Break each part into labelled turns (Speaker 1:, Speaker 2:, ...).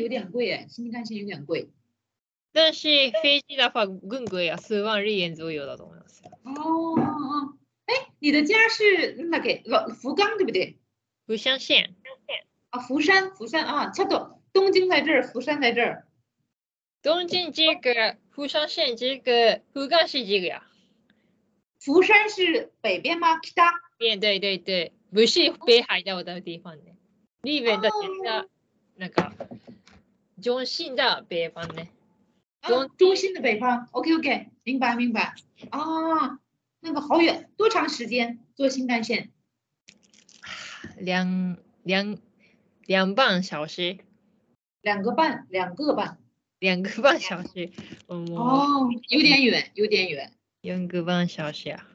Speaker 1: 有点贵哎，新干线有点贵。
Speaker 2: だし、フェイジーダファ、ぐんぐんや数万日元左右だと思いますよ。
Speaker 1: 哦哦哦，哎，你的家是那个老福冈对不对？
Speaker 2: 不相信。
Speaker 1: 啊，福山，福山啊，恰到东京在这儿，福山在这儿。
Speaker 2: 东京这个、不相信这个、不干是这个呀。
Speaker 1: 福山是北边吗？北
Speaker 2: 对对对对。不是北海道的地方ね。リーベンだってさ、なんか、ジョンシンだ、北方ね。
Speaker 1: 啊，中心的北方。OK OK，明白明白。啊，那个好远，多长时间坐新干线？
Speaker 2: 两、两、两半小时。
Speaker 1: 两个半，两个半。
Speaker 2: 两个半小时。もう、
Speaker 1: 哦，有点远，有点远。
Speaker 2: 四个半小时啊。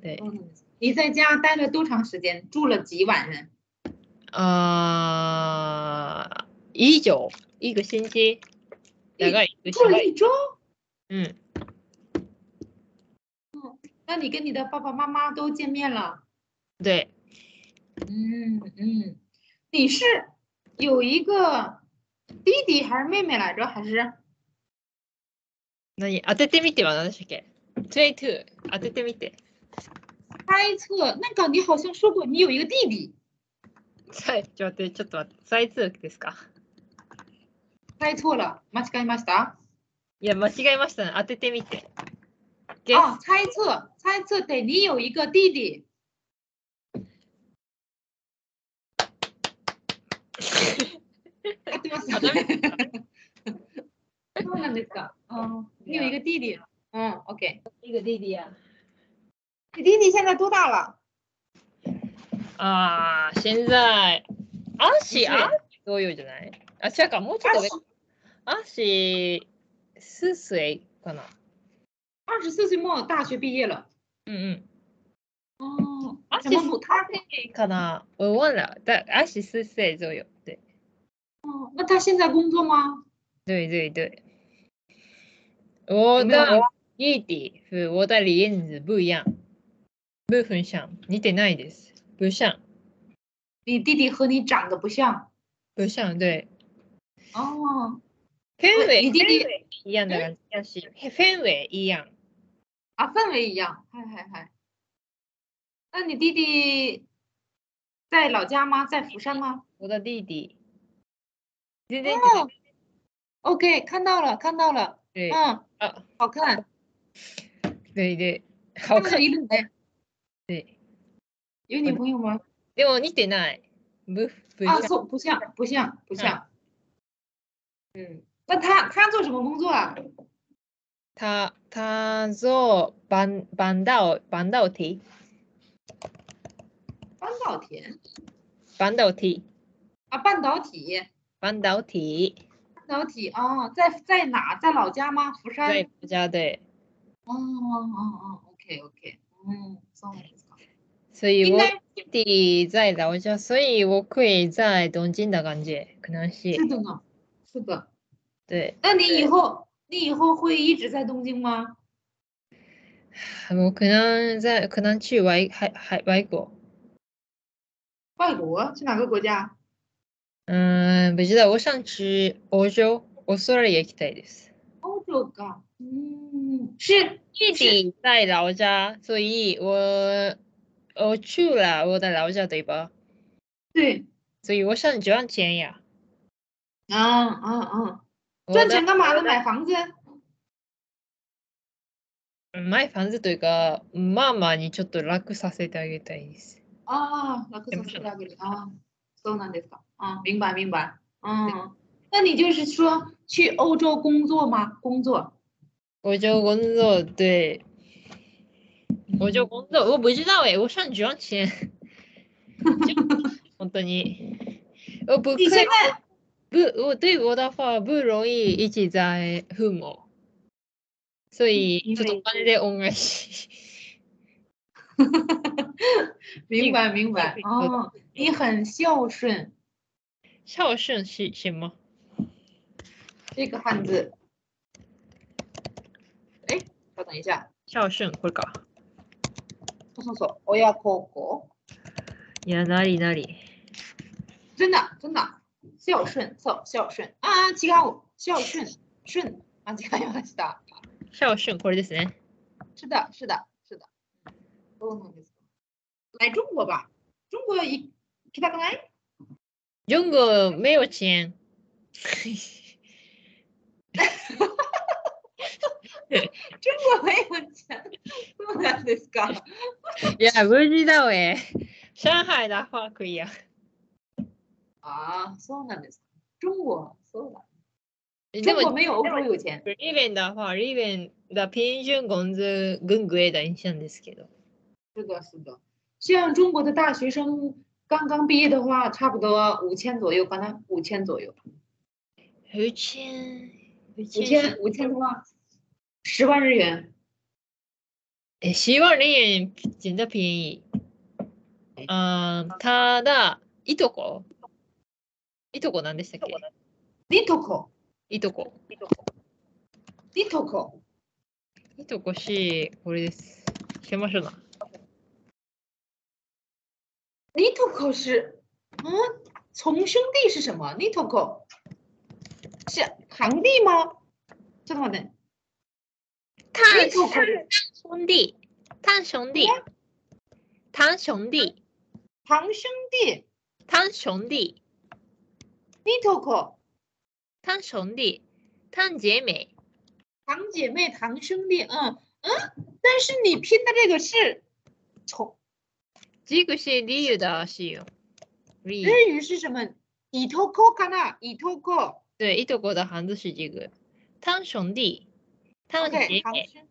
Speaker 2: 对。
Speaker 1: 嗯，你在家待了多长时间？住了几晚呢？
Speaker 2: あー、以上。一个星期。長い。
Speaker 1: 住了一周。
Speaker 2: うん。
Speaker 1: 那你跟你的爸爸妈妈都见面了？
Speaker 2: 对。
Speaker 1: 嗯，嗯，你是有一个弟弟还是妹妹来着？还是
Speaker 2: 何当ててみては何でしたっけ ?22。当ててみて。
Speaker 1: 猜测？那个你好像说过你有一个弟弟，
Speaker 2: はい、ちょっと待って、ちょっと待って、再通訳ですか
Speaker 1: 猜错了，間違えました。
Speaker 2: いや、間違えましたね。当ててみて。ゲ
Speaker 1: 啊，
Speaker 2: ス
Speaker 1: 猜测，猜测得你有一个弟 弟。合ってます。 そうなんですか。嗯，你有一个弟弟。嗯，OK。
Speaker 2: 一个弟弟や。
Speaker 1: 你弟弟现在多大了？
Speaker 2: あー、現在、アッシ
Speaker 1: 20
Speaker 2: ー、アッシーどういうじゃないあ、違うか、もうちょっと上か。アッシー、スースエイかな。
Speaker 1: 二十四岁末大学毕业了。
Speaker 2: うんうん。
Speaker 1: 哦，
Speaker 2: アッシ
Speaker 1: 什
Speaker 2: ー、ス
Speaker 1: 么
Speaker 2: ー
Speaker 1: 不？他
Speaker 2: スエイかな。おわんら、だアッシー、スースエイどうよって。
Speaker 1: 那他现在工作吗？
Speaker 2: どいどいどい。おだ、イーティ、ふ、おだりえんず、ぶやん。ぶふんしゃん。似てないです。ぶしゃん。
Speaker 1: 你弟弟和你长得不像
Speaker 2: 不像对。
Speaker 1: 哦
Speaker 2: フェンウェイ、
Speaker 1: 一定
Speaker 2: フェンウェイ一样的感じやし、フェンウェイ一样。
Speaker 1: 啊，氛围一样，嗨嗨嗨。那你弟弟在老家吗？在釜山吗？
Speaker 2: 我的弟弟。全然
Speaker 1: 哦，OK，看到了看到了，
Speaker 2: 对
Speaker 1: 嗯，
Speaker 2: 啊，
Speaker 1: 好看，
Speaker 2: 对对。
Speaker 1: 看
Speaker 2: 好
Speaker 1: 了
Speaker 2: 看
Speaker 1: 一路没
Speaker 2: 对。
Speaker 1: 有女朋友吗？
Speaker 2: でも似てない。不不
Speaker 1: 啊，
Speaker 2: 像。
Speaker 1: 错，不像不像不像。嗯，那他他做什么工作啊？
Speaker 2: 他他做板板道板道题
Speaker 1: 半导体
Speaker 2: 板道题
Speaker 1: 啊，半导体
Speaker 2: 板道题。
Speaker 1: 半导体啊，在在哪？在老家吗？釜山。
Speaker 2: 对，不加对。
Speaker 1: 哦哦哦，OK OK，嗯，そうなんですか。
Speaker 2: 所以
Speaker 1: 应
Speaker 2: 我
Speaker 1: 该
Speaker 2: 弟弟在老家，所以我可以在东京的感觉，可能是
Speaker 1: 是的呢，是的。
Speaker 2: 对。
Speaker 1: 那你以后，你以后会一直在东京吗？
Speaker 2: 我可能在可能去外海海外国。
Speaker 1: 外国去哪个国家？
Speaker 2: 嗯，不知道，我想去欧洲，欧洲也行きたいです。
Speaker 1: 欧洲噶。嗯，是
Speaker 2: 弟弟在老家，所以我我去了我的老家，对吧？
Speaker 1: 对，
Speaker 2: 所以我想赚钱呀。
Speaker 1: 嗯嗯嗯，
Speaker 2: 我
Speaker 1: 赚
Speaker 2: 的
Speaker 1: 钱干嘛呢？买房子？
Speaker 2: 买房子というか、ママにちょっと楽させてあげたいです。
Speaker 1: 啊，那可
Speaker 2: 也
Speaker 1: 能
Speaker 2: 不
Speaker 1: 是
Speaker 2: 是
Speaker 1: 那个啊，そうなんですか。啊，明白明白。嗯，那你就是说去欧洲工作吗？工作？
Speaker 2: 欧洲工作对，欧洲工作我不知道哎，我想赚钱。 本当に。我不
Speaker 1: 你
Speaker 2: 可
Speaker 1: 现
Speaker 2: 以
Speaker 1: 在
Speaker 2: 不，我对我的话不容易一直在父母，所以
Speaker 1: 因
Speaker 2: ちょ
Speaker 1: 为
Speaker 2: っとお金で恩返し。
Speaker 1: 明白明白
Speaker 2: 幸福
Speaker 1: 哦，你很孝顺，
Speaker 2: 孝顺是什么？
Speaker 1: 这个汉字。哎，稍等一下，
Speaker 2: 孝順これか。
Speaker 1: 搜搜搜，欧亚口国，
Speaker 2: いやなりなり。
Speaker 1: 真的真的，孝顺、啊そう、孝順。ああ、違う。孝啊順、順。間違えました。
Speaker 2: 孝順、これですね。
Speaker 1: 是的，是的，是的。どうなんですか来中国吧。中国行きたくない
Speaker 2: ジョング、名誉遅 延。
Speaker 1: 中国没有钱。そうなんですか。
Speaker 2: いや、無事だえ。上海だ、ファークイヤ。
Speaker 1: ああ、そうなんですか。中国、そうだ。
Speaker 2: で
Speaker 1: 中国
Speaker 2: も、
Speaker 1: 没有欧洲有钱。
Speaker 2: リベンだ、ファー、リベンだ、ピンジュンゴンズ、グングエダにしたんですけど。
Speaker 1: 是的，是的。像中国的大学生刚刚毕业的话，差不多五千左右，吧，那五千左右。
Speaker 2: うちん。
Speaker 1: 五
Speaker 2: う
Speaker 1: 千，嗯五千的话，十万日元。
Speaker 2: え、シワリエン、ジンダピンイ。あーただ、いとこいとこなんでしたっけ
Speaker 1: リトコ、
Speaker 2: いとこ。
Speaker 1: リトコ。
Speaker 2: いとこし、これです。しましょうな。
Speaker 1: Nitoko 是，嗯，从兄弟是什么？Nitoko 是堂弟吗？ちょっと待って。
Speaker 2: 単
Speaker 1: Nitoko
Speaker 2: 兄弟。単兄弟。単兄弟。
Speaker 1: 堂兄弟
Speaker 2: 単兄弟。
Speaker 1: Nitoko
Speaker 2: 単兄弟。単姐妹。
Speaker 1: 堂姐妹堂兄弟，嗯嗯，但是你拼的这个是从
Speaker 2: ジグシ理由だらしいよ。リー。
Speaker 1: 日语是什么？Itoko かな？Itoko
Speaker 2: 对、いとこだ、ハンズシジグ。単兄弟。単姐
Speaker 1: OK 堂
Speaker 2: 妹。
Speaker 1: 兄，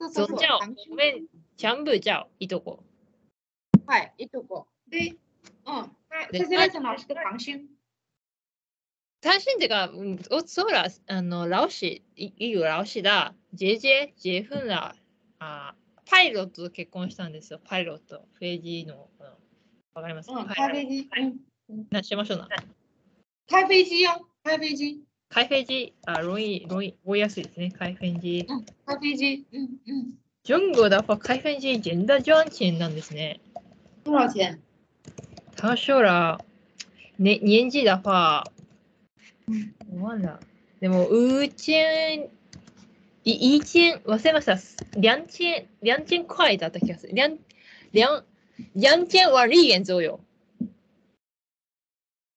Speaker 1: そうそうそう
Speaker 2: じゃあ
Speaker 1: 堂兄弟
Speaker 2: ごめんちゃんぶーちゃお、いとこ。
Speaker 1: はい、Itoko 对，嗯，他
Speaker 2: で
Speaker 1: 他在那老师的堂兄。
Speaker 2: 単身ってか、うんおそうら、あの、ラオシ、いいよ、ラオシだ、ジェジェ、ジェフンラ、あパイロットと結婚したんですよ、パイロット、フェージーの、うんわかります
Speaker 1: 嗯，
Speaker 2: パイ
Speaker 1: 咖啡机，嗯，
Speaker 2: なしましょうな。
Speaker 1: 开飞机呀、开飞机，
Speaker 2: カイフェジー、あ、ロイ、ロイ、覚えやすいですね、カイフェジー。
Speaker 1: 嗯，开飞机，嗯嗯，
Speaker 2: ジョンゴだ、カイフェジー、ジェンダ・ジョアンチェンなんですね。
Speaker 1: 多少钱？
Speaker 2: 他说了，年年纪的话，我忘了。でも五千、一一千忘れました。两千两千块だった気がする。两两两千万日元左右。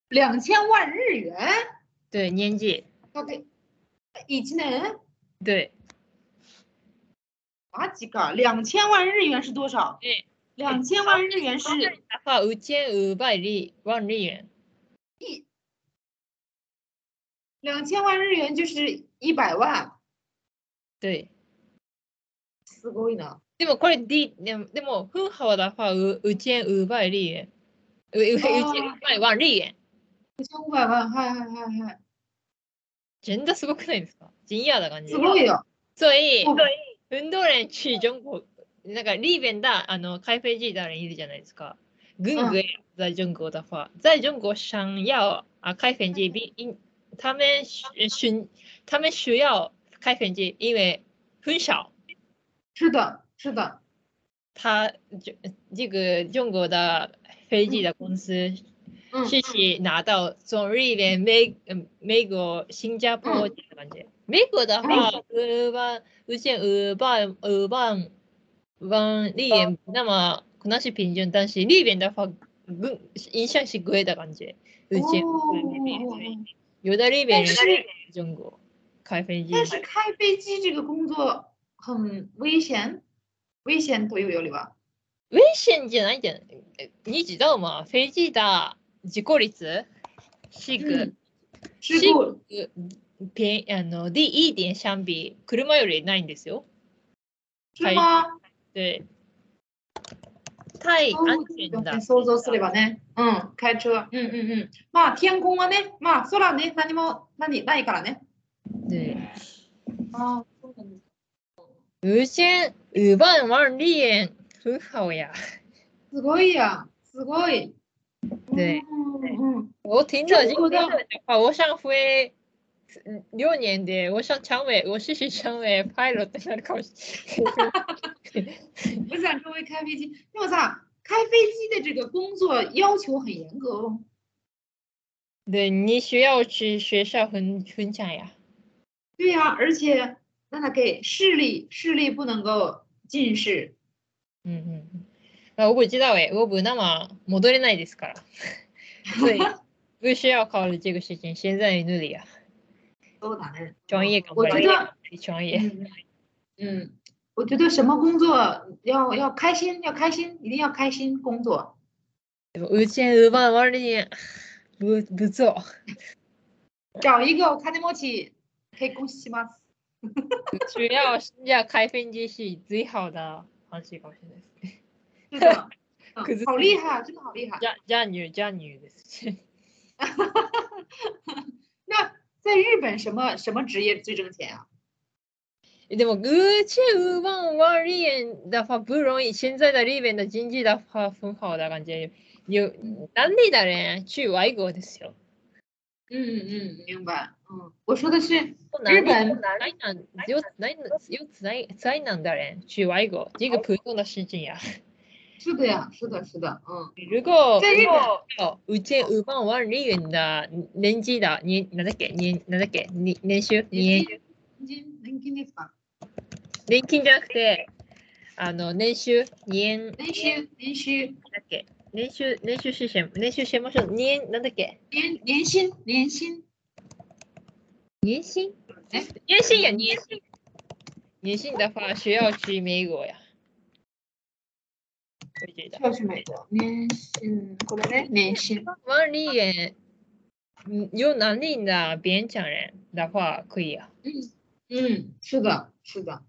Speaker 1: 两千万日元，
Speaker 2: 对，年纪，
Speaker 1: 大概一年
Speaker 2: 对，
Speaker 1: 啊几个？两千万日元是多少？
Speaker 2: 对，
Speaker 1: 两千万日元是
Speaker 2: 的话五千五百日万日元。
Speaker 1: 两千万日元就是一百万，
Speaker 2: 对。
Speaker 1: すごいな。
Speaker 2: でもこれ D でもでも分派だ话五五千五百日元。うう五千五百万日元。
Speaker 1: 五千五百万，嗨嗨嗨嗨，
Speaker 2: ジェンダーすごくないですか？ジンヤだ感じ。
Speaker 1: すごいよ。
Speaker 2: 所以
Speaker 1: そうだ
Speaker 2: 運動連去中国なんかリーベンだあのカイフェジーダーレンいるじゃないですか。軍軍在中国的话，在中国想要啊开飞机，比因他们需他们需要开飞机，因为很少。
Speaker 1: 是的，是的，
Speaker 2: 他就这个中国的飞机的公司
Speaker 1: 嗯，
Speaker 2: 是是拿到从日本、美嗯美国、新加坡这个感觉。美国的话，五万五千五百五万万日元，那么可能是平均，但是日本的话，更印象是贵的感觉，五千五百日元。
Speaker 1: 哦
Speaker 2: 有的日本人
Speaker 1: 但是
Speaker 2: 去中国开飞机，
Speaker 1: 但是开飞机这个工作很危险，危险都有有理吧？
Speaker 2: 危险じゃないじゃん。え你知道吗？飞机的事故率是个。
Speaker 1: 嗯事故
Speaker 2: 便あのでいい点相比車よりないんですよ。
Speaker 1: 是吗？哦
Speaker 2: で、対安全だ。
Speaker 1: 想像すればね、うん、会長、うんうんうん。まあ、嗯天候はね、まあ、空ね、何も何ないからね。
Speaker 2: で、
Speaker 1: ああ、そうなんです。
Speaker 2: 無線、ウバンワンリエン、フハオや。
Speaker 1: すごいやん、すごい。
Speaker 2: で、
Speaker 1: うんうん、
Speaker 2: 我听着
Speaker 1: 中国
Speaker 2: 今
Speaker 1: 的
Speaker 2: 天的话，我想回六年的，我想成为，我继续成为 pilot になるかもしれない。
Speaker 1: 嗯我想周围开飞机，因为我操，开飞机的这个工作要求很严格哦。
Speaker 2: 对你需要去学校很很强呀。
Speaker 1: 对呀、而且让他给视力，视力不能够近视。
Speaker 2: うんうんうん。あ、僕知道え、僕生戻れないですから。所以不需要考虑这个事情，现在努力啊，
Speaker 1: 都打的人。
Speaker 2: 专业岗
Speaker 1: 我
Speaker 2: 位
Speaker 1: 觉得，
Speaker 2: 创业。
Speaker 1: 嗯嗯，我觉得什么工作要要开心，要开心，一定要开心工作。
Speaker 2: うちんうばんわりに不不做，
Speaker 1: 找一个我看见莫奇，可以恭喜吗？
Speaker 2: 主要是要开飞机是最好的方式かもしれないですね。
Speaker 1: 是 的，
Speaker 2: 可是
Speaker 1: 嗯好厉害，真的好厉害
Speaker 2: じ。ゃじゃあ女じゃあ女です。
Speaker 1: 那在日本什么什么职业最挣钱啊？
Speaker 2: でも、YouTube 版は利益的话不容易，现在的利益的经济的话很好的感觉。有当地的人去外国ですよ。
Speaker 1: 嗯嗯，明白。嗯，我说的是
Speaker 2: 日
Speaker 1: 本
Speaker 2: 灾难有灾难有灾灾难的人去外国，这个普通的事情呀。
Speaker 1: 是的呀，是的，是的，嗯，
Speaker 2: 如果
Speaker 1: 在日本
Speaker 2: 五千五万万日元的年纪的年那个年那个年年収年
Speaker 1: 金金年金ですか？
Speaker 2: 年金じゃなくてあの年収年
Speaker 1: 年薪年薪
Speaker 2: なんだっけ年収年収システム年収システム年なんだっけ
Speaker 1: 年年薪年薪
Speaker 2: 年薪
Speaker 1: え
Speaker 2: 年薪や年薪年薪的话需要去美国呀。我觉得
Speaker 1: 要去美国年薪これね年薪。
Speaker 2: 万里元嗯有能力的边疆人的话可以啊。
Speaker 1: 嗯，是的，是的，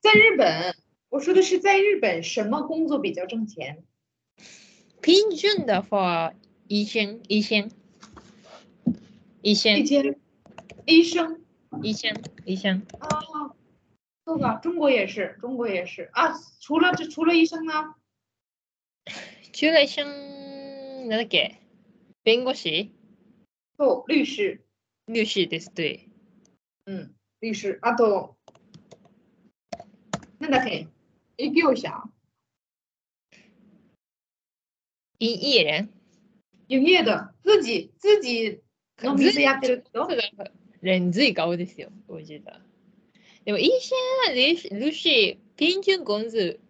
Speaker 1: 在日本，我说的是在日本什么工作比较挣钱？
Speaker 2: 平均的话一千一千一
Speaker 1: 一
Speaker 2: 千
Speaker 1: 千，医生
Speaker 2: 一千一千
Speaker 1: 啊，对吧？中国也是，中国也是啊。除了这，除了医生呢？
Speaker 2: 就来像なんだっけ弁護士
Speaker 1: 哦，律师，
Speaker 2: 律师です对。
Speaker 1: 嗯，律师。啊，都，那だっけ？営業者，
Speaker 2: 一一人。
Speaker 1: 营业的，自己自己弄名字やってる人。
Speaker 2: 人最高ですよ、我觉得。でも、一些律师律师平均工资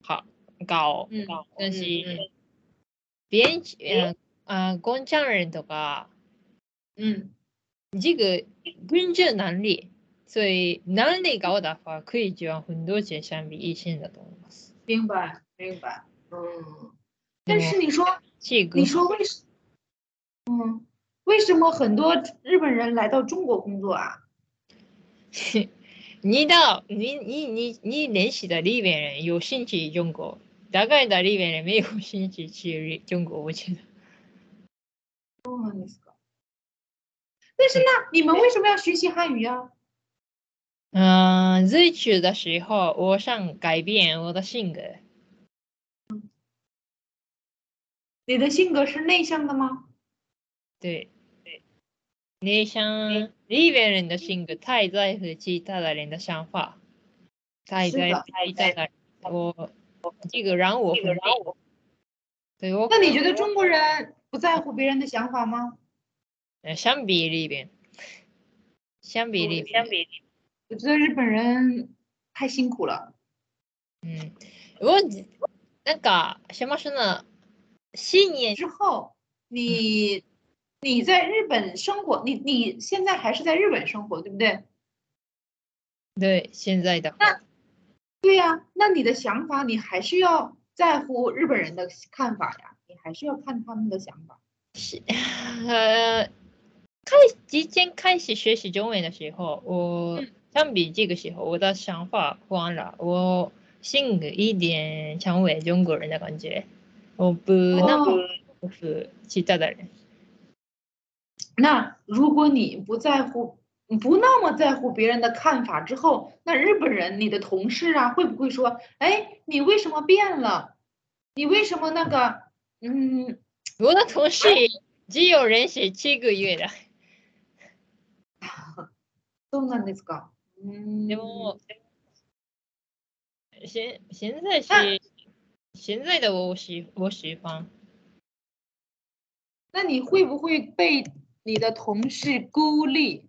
Speaker 2: 好高
Speaker 1: 嗯，
Speaker 2: 但是
Speaker 1: 嗯嗯
Speaker 2: 边呃呃，工匠人とか
Speaker 1: 嗯，
Speaker 2: 这个工作能力，所以能力高的话，可以赚很多钱，相比一线的东西。
Speaker 1: 明白明白。嗯，但是你说。
Speaker 2: 这个
Speaker 1: 你说为什？嗯，为什么很多日本人来到中国工作啊？
Speaker 2: 你到你你你你认识的日本人有兴趣中国，大概的日本人没有兴趣去日中国，我觉得。
Speaker 1: 但是呢，你们为什么要学习汉语啊？
Speaker 2: 嗯，最初的时候，我想改变我的性格，
Speaker 1: 你的性格是内向的吗？
Speaker 2: 对对，你想日本人的性格太在乎其他的人的想法，太
Speaker 1: 是
Speaker 2: 在
Speaker 1: 的
Speaker 2: 乎其他的人，我这个让我很累，对我
Speaker 1: 那你觉得中国人不在乎别人的想法吗？
Speaker 2: 呃相比日本，相比日本，
Speaker 1: 比，我觉得日本人太辛苦了。
Speaker 2: 嗯，我那个什么是呢？新年
Speaker 1: 之后，
Speaker 2: 嗯
Speaker 1: 你你在日本生活，你你现在还是在日本生活，对不对？
Speaker 2: 对现在的话
Speaker 1: 对呀、那你的想法，你还是要在乎日本人的看法呀，你还是要看他们的想法。
Speaker 2: 呃，开之前开始学习中文的时候，我相比这个时候，我的想法换了，我性格一点成为中国人的感觉，我不嗯那么不服其他的人。
Speaker 1: 那如果你不在乎，你不那么在乎别人的看法之后，那日本人，你的同事啊，会不会说，哎，你为什么变了？你为什么那个，嗯，
Speaker 2: 我的同事只有认识七个月的，
Speaker 1: そうなんですか？嗯，
Speaker 2: でも现现在
Speaker 1: 那
Speaker 2: 是现在的我喜我喜欢，
Speaker 1: 那你会不会被你的同事孤立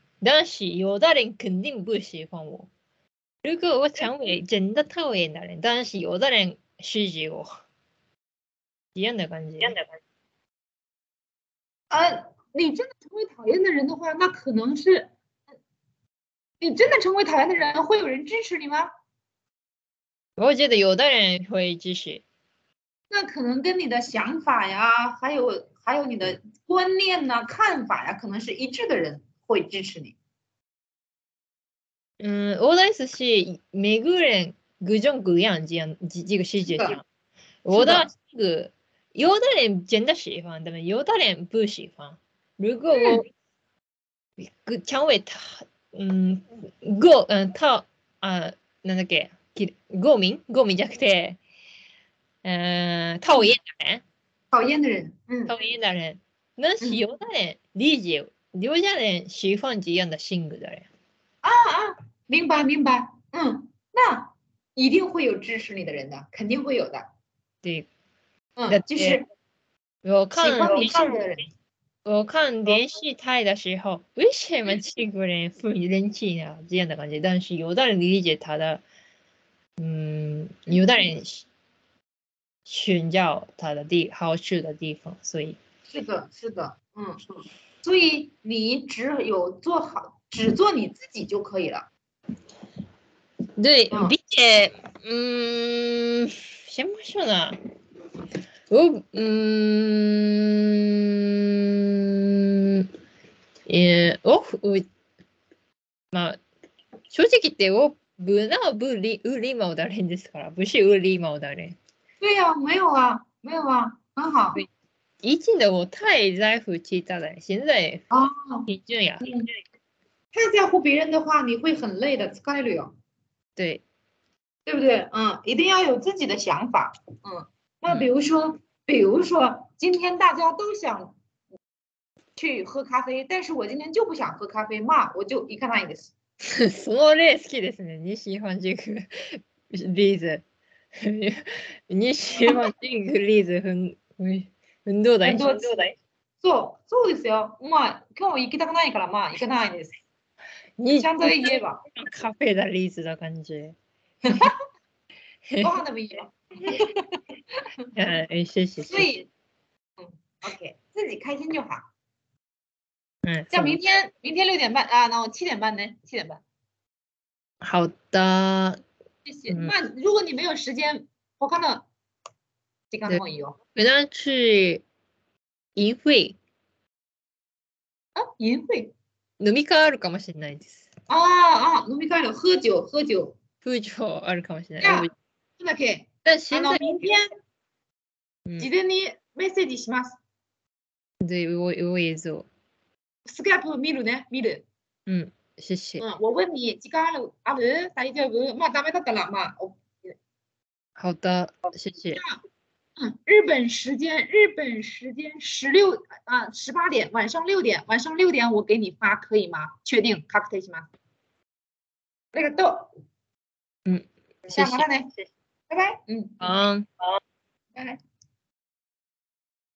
Speaker 2: 但是有的人肯定不喜欢我。如果我成为真的讨厌的人，但是有的人支持我，一样的感觉。
Speaker 1: 啊，你真的成为讨厌的人的话，那可能是，你真的成为讨厌的人，会有人支持你吗？
Speaker 2: 我觉得有的人会支持。
Speaker 1: 那可能跟你的想法呀，还有还有你的观念呐、看法呀，可能是一致的人会支持你。
Speaker 2: 嗯，我的意思是，每个人各种各样这样这这个世界
Speaker 1: 是
Speaker 2: 上
Speaker 1: 的，
Speaker 2: 我
Speaker 1: 是
Speaker 2: 的
Speaker 1: 的
Speaker 2: 这个有的人真的喜欢，但有的人不喜欢。如果我个成为他，嗯，ご嗯他啊なんだっけ、きごみんごみんじゃなくて、嗯，讨厌的人，
Speaker 1: 讨厌的人，嗯，
Speaker 2: 讨厌的人，那是
Speaker 1: 嗯
Speaker 2: 有的人理解，有的人喜欢这样的性格的人。
Speaker 1: 明白明白，嗯，那一定会有支持你的人的，肯定会有的，
Speaker 2: 对，那
Speaker 1: 嗯，就
Speaker 2: 对
Speaker 1: 是
Speaker 2: 我
Speaker 1: 喜
Speaker 2: 看
Speaker 1: 欢
Speaker 2: 电
Speaker 1: 你
Speaker 2: 视
Speaker 1: 性格的人，
Speaker 2: 我看连续台的时候，为什么中国人不人气呢？这样的感觉，但是有的人理解他的，嗯，有的人是寻找他的地好吃的地方，所以
Speaker 1: 是的，是的，嗯，嗯所以你只有做好，只做你自己就可以了。
Speaker 2: 对，
Speaker 1: 嗯
Speaker 2: 并且，嗯，什么说呢？我，嗯，え、我我，まあ、正直言って、我不な不利売りもだれんですから、不是売りもだれん。
Speaker 1: 对呀、没有啊，没有啊，很好
Speaker 2: 对以前的我太在乎其他人，现在
Speaker 1: 啊。
Speaker 2: 平均呀，
Speaker 1: 太在乎别人的话，你会很累的，疲れるよ。
Speaker 2: 对，
Speaker 1: 对不对？嗯，一定要有自己的想法。嗯，那
Speaker 2: 嗯
Speaker 1: 比如说，比如说，今天大家都想去喝咖啡，但是我今天就不想喝咖啡，嘛，我就一看那一个，
Speaker 2: それ好きですね。西本ジグリーズ。西本ジグリーズふんふん運動台。
Speaker 1: 運動台そう、そうですよ。まあ、今日行きたくないから、まあ、行かないです。
Speaker 2: に
Speaker 1: ちゃんと言え ば、
Speaker 2: カフェだリーズだ感じ。
Speaker 1: ご飯でもいいよ。
Speaker 2: はい、しし
Speaker 1: 所以，嗯，OK，自己开心就好。
Speaker 2: うん
Speaker 1: 像明天，明天六点半啊，那我七点半呢？七点半。
Speaker 2: 好的，
Speaker 1: 谢谢。
Speaker 2: 嗯
Speaker 1: 那如果你没有时间，我看到，这个我有
Speaker 2: 我要去飲会
Speaker 1: 啊，淫秽。
Speaker 2: 飲み会あるかもしれないです。
Speaker 1: あーあー、飲み会了，喝酒喝酒。
Speaker 2: 風潮あるかもしれ
Speaker 1: じゃ
Speaker 2: な
Speaker 1: あ
Speaker 2: い。、
Speaker 1: なんだっけ、
Speaker 2: 但
Speaker 1: あ
Speaker 2: 现
Speaker 1: の
Speaker 2: 在
Speaker 1: 明天
Speaker 2: うん
Speaker 1: 事前にメッセージします。
Speaker 2: で多い多いぞ。
Speaker 1: スカイプ見るね、見る。
Speaker 2: うん、しし
Speaker 1: う。ん、我问你時間あるある大丈夫まあダメだったらまあ、お
Speaker 2: 好的，谢谢。
Speaker 1: うん、 日本时间日本时间十六啊十八点晚上六点晚上六点我给你发可以吗？确定確定します。ありがとう。
Speaker 2: 嗯，
Speaker 1: じ
Speaker 2: 谢
Speaker 1: ゃあま
Speaker 2: 谢。
Speaker 1: たね。バイバイ。うん。
Speaker 2: 嗯。
Speaker 1: バイバイ。